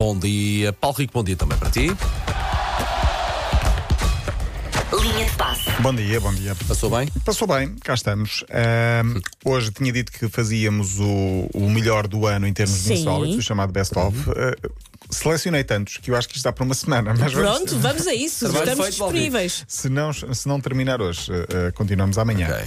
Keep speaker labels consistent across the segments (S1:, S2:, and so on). S1: Bom dia, Paulo Rico, bom dia também para ti.
S2: Linha de passe.
S3: Bom dia, bom dia.
S1: Passou bem?
S3: Passou bem, cá estamos. Ahm, hoje tinha dito que fazíamos o, o melhor do ano em termos
S4: Sim.
S3: de insólitos, o chamado Best of. Ah, selecionei tantos que eu acho que isto dá para uma semana, mas vamos-
S4: Pronto, vamos a isso.
S1: Trabalho
S4: Estamos
S1: feito, Valdir.
S4: disponíveis.
S3: se não, se não terminar hoje, ah, ah, continuamos amanhã.
S1: Ok.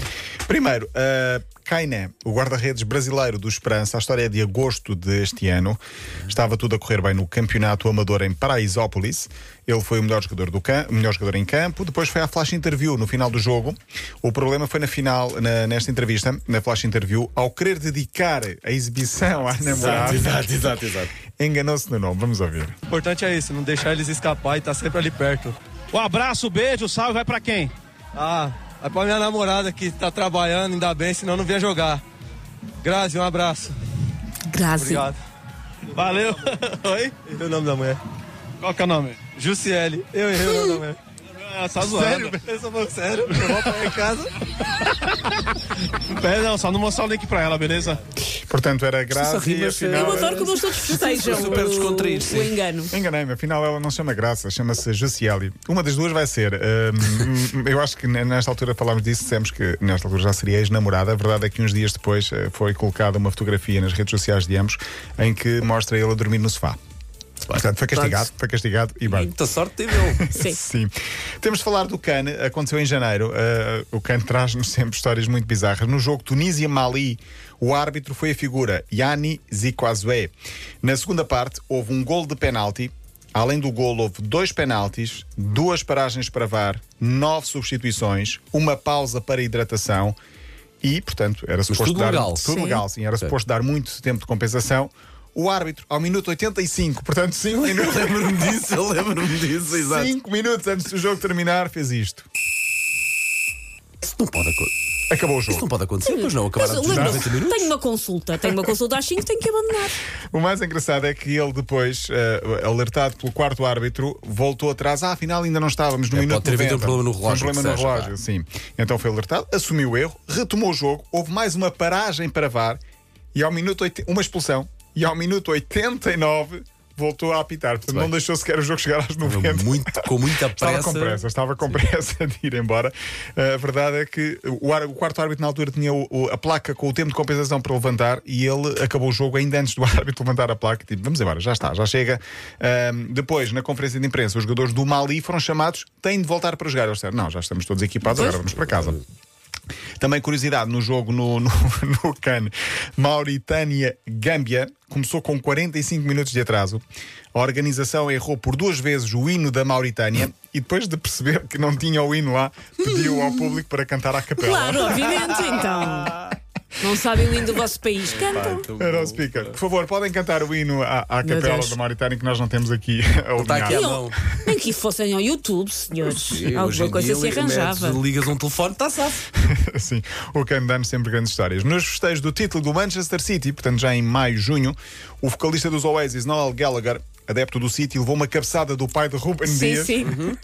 S3: Primeiro, ah, Kainé, o guarda-redes brasileiro do Esperança, a história é de agosto deste ano. Estava tudo a correr bem no campeonato amador em Paraisópolis. Ele foi o melhor jogador, do cam- o melhor jogador em campo. Depois foi à flash interview no final do jogo. O problema foi na final, na- nesta entrevista, na flash interview, ao querer dedicar a exibição à namorada,
S1: exato, exato, exato.
S3: enganou-se no nome. Vamos ouvir.
S5: O importante é isso, não deixar eles escapar e tá sempre ali perto.
S6: Um abraço, beijo, salve, vai pra quem?
S5: Ah, é pra minha namorada que tá trabalhando, ainda bem, senão eu não vinha jogar. Grazi, um abraço.
S4: Grazi.
S5: Obrigado.
S6: Valeu. Oi?
S5: Errei o nome da mulher.
S6: Qual que é o nome?
S5: Jussiele. Eu errei o nome da mulher.
S6: É, só zoando.
S5: Eu sou falando sério, eu vou apanhar em casa.
S6: É, não, só não mostrar o link pra ela, beleza?
S3: Portanto, era Grazi.
S1: rima,
S3: afinal
S4: Eu
S3: era-
S4: adoro como eles todos festejam
S1: Super descontraído,
S4: o,
S1: sim.
S4: o engano.
S3: Enganei-me, afinal ela não se chama Graça, chama-se Jussieli. Uma das duas vai ser. hum, eu acho que ne- nesta altura falámos disso, dissemos que nesta altura já seria ex-namorada. A verdade é que uns dias depois eh, foi colocada uma fotografia nas redes sociais de ambos em que mostra ele a dormir no sofá. Portanto, foi castigado, foi castigado e bem.
S1: Muita sorte teve ele.
S4: Sim.
S3: Sim. Temos de falar do CAN, aconteceu em janeiro. Uh, o CAN traz-nos sempre histórias muito bizarras. No jogo Tunísia-Mali, o árbitro foi a figura Yani Zikwazwe. Na segunda parte, houve um gol de penalti. Além do gol, houve dois penaltis, duas paragens para VAR, nove substituições, uma pausa para hidratação e, portanto, era suposto
S1: tudo
S3: dar
S1: legal.
S3: tudo
S4: Sim.
S3: legal, sim, era
S1: Ok.
S3: suposto dar muito tempo de compensação. O árbitro, ao minuto 85, portanto, 5 minutos.
S1: lembro-me disso, eu lembro-me disso, exato.
S3: 5 minutos antes do jogo terminar, fez isto.
S1: Isso não pode, acon-
S3: Acabou o
S1: isso não
S3: jogo.
S1: pode acontecer, mas não
S4: Mas
S1: acabaram de jogar
S4: lembram,
S1: 90 minutos.
S4: tenho uma consulta. Tenho uma consulta às 5, tenho que abandonar.
S3: O mais engraçado é que ele depois, eh, alertado pelo quarto árbitro, voltou atrás. Ah, afinal ainda não estávávamos no
S1: É,
S3: minuto
S1: pode ter havido
S3: 90.
S1: um problema no
S3: Foi
S1: relógio,
S3: Um
S1: que
S3: problema no
S1: seja,
S3: relógio, sim. Então foi alertado, assumiu o erro, retomou o jogo, houve mais uma paragem para VAR e ao minuto 80 uma expulsão. E ao minuto 89 voltou a apitar. Portanto,
S1: bem.
S3: não deixou sequer o jogo chegar às 90.
S1: Muito, com muita
S3: Estava com
S1: pressa.
S3: pressa, estava com pressa de ir embora. Uh, a verdade é que o, ar- o quarto árbitro na altura tinha o- o- a placa com o tempo de compensação para levantar e ele acabou o jogo ainda antes do árbitro levantar a placa. Tipo, vamos embora, já está, já chega. Um, depois, na conferência de imprensa, os jogadores do Mali foram chamados, têm de voltar para jogar. Eles disseram, não, já estamos todos equipados, agora vamos para casa. Também curiosidade no jogo no, no, no CAN Mauritânia-Gâmbia começou com 45 minutos de atraso. A organização errou por duas vezes o hino da Mauritânia e depois de perceber que não tinha o hino lá, pediu ao público para cantar à capela.
S4: Claro, obviamente, então. Não sabem o hino do vosso país. Cantam.
S1: tá
S3: Era o speaker. Por favor, podem cantar o hino à, à
S4: Meu
S3: capela
S4: Deus.
S3: da Mauritânia que nós não temos aqui a
S1: Está aqui à
S4: Eu-
S3: alinhar.
S1: mão.
S4: Nem que fossem ao YouTube, senhores.
S1: Sim, hoje em
S4: Alguma
S1: dia
S4: coisa se
S1: li-
S4: arranjava.
S1: metes- Ligas um telefone, está safo.
S3: Sim, o CAN dá-nos sempre grandes histórias. Nos festejos do título do Manchester City, portanto já em maio, junho, o vocalista dos Oasis, Noel Gallagher, adepto do City, levou uma cabeçada do pai de Ruben
S4: Sim,
S3: Dias.
S4: sim.
S1: Uhum.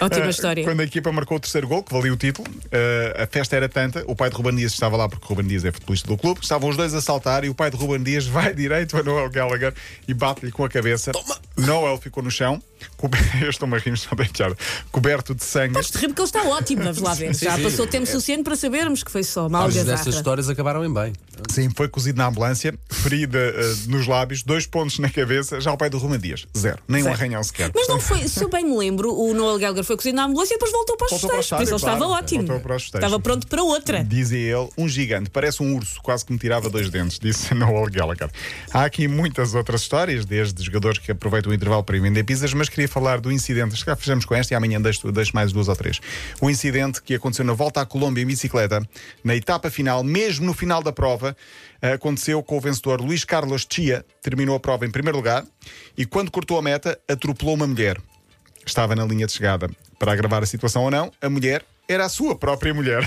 S1: Ah,
S4: Ótima história.
S3: Quando a equipa marcou o terceiro gol, que valia o título, eh, a festa era tanta, o pai de Ruben Dias estava lá porque Ruben Dias é futebolista do clube, estavam os dois a saltar e o pai de Ruben Dias vai direito a Noel Gallagher e bate-lhe com a cabeça. Noel ficou no chão, cobe- eu estou-me a rir, estou bem piada, coberto de sangue.
S4: Mas terrível que ele está ótimo, vamos lá ver. Já
S1: sim. É.
S4: passou tempo suficiente para sabermos que foi só uma
S1: Mas dessas
S4: algazarra.
S1: histórias acabaram em bem.
S3: Sim, foi cozido na ambulância, ferida eh, nos lábios, dois pontos na cabeça, já o pai do Ruben Dias, zero, nem um arranhão sequer.
S4: Mas não foi, se eu bem me lembro, o Noel Gallagher foi cozido na ambulância e depois voltou para os
S3: Voltou para
S4: festejos.
S3: o
S4: Por isso ele
S3: estádio,
S4: estava
S3: claro.
S4: ótimo.
S3: Voltou para os festejos.
S4: Estava pronto para outra.
S3: Dizia ele, um gigante, parece um urso, quase que me tirava dois dentes, disse Noel Gallagher. Há aqui muitas outras histórias, desde jogadores que aproveitam o intervalo para ir vender pizzas, mas queria falar do incidente, se calhar fechamos com esta e amanhã deixo, deixo mais duas ou três. O incidente que aconteceu na volta à Colômbia em bicicleta, na etapa final, mesmo no final da prova, aconteceu com o vencedor Luís Carlos Chia, terminou a prova em primeiro lugar e quando cortou a meta, atropelou uma mulher. Estava na linha de chegada. Para agravar a situação ou não, a mulher era a sua própria mulher.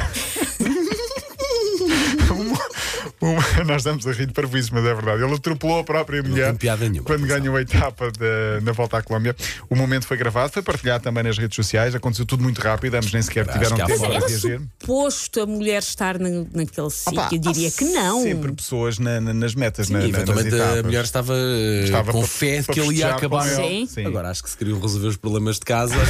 S3: uma- nós estamos a rir de parvoízes, mas é verdade. Ele atropelou a própria mulher
S1: tem piada nenhuma,
S3: quando
S1: atenção.
S3: ganhou a etapa da- na volta à Colômbia. O momento foi gravado, foi partilhado também nas redes sociais. Aconteceu tudo muito rápido, ambos nem sequer tiveram
S1: que há
S3: tempo
S1: fora.
S3: para
S4: Era
S3: reagir.
S4: suposto a mulher estar na, naquele sítio?
S3: Pá,
S4: Eu diria
S3: há
S4: que não.
S3: Sempre pessoas na- na- nas metas,
S1: E
S3: na, na, nas
S1: eventualmente
S3: etapas.
S1: a mulher estava, eh,
S3: Estava
S1: com
S3: para-
S1: fé de
S3: para
S1: que ele ia
S3: festejar com
S1: acabar.
S3: ele.
S4: Sim.
S3: Sim.
S1: Agora acho que se queriam resolver os problemas de casa.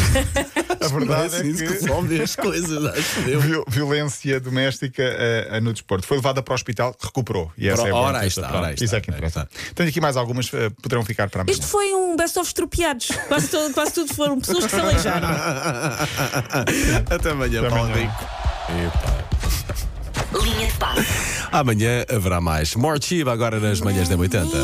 S3: a verdade
S1: é
S3: é
S1: assim, se
S3: que
S1: resolvem as coisas, acho que deu.
S3: viol- violência doméstica eh, eh, no desporto. Foi levada para o hospital, recuperou. E essa
S1: Ora-
S3: é a boa
S1: ora aí
S3: notícia.
S1: está,
S3: Pronto,
S1: ora aí
S3: Isso
S1: está,
S3: é que
S1: ora aí
S3: interessa. Tenho aqui mais algumas, eh, poderão ficar para amanhã.
S4: Isto foi um best-of estropiados. Quase, todo, quase tudo foram pessoas que se aleijaram.
S1: Até amanhã,
S3: Até
S1: Paulo
S3: amanhã.
S1: Rico. Epá.
S2: Linha de passe.
S1: Amanhã haverá mais. More Chiba agora nas manhãs da 80.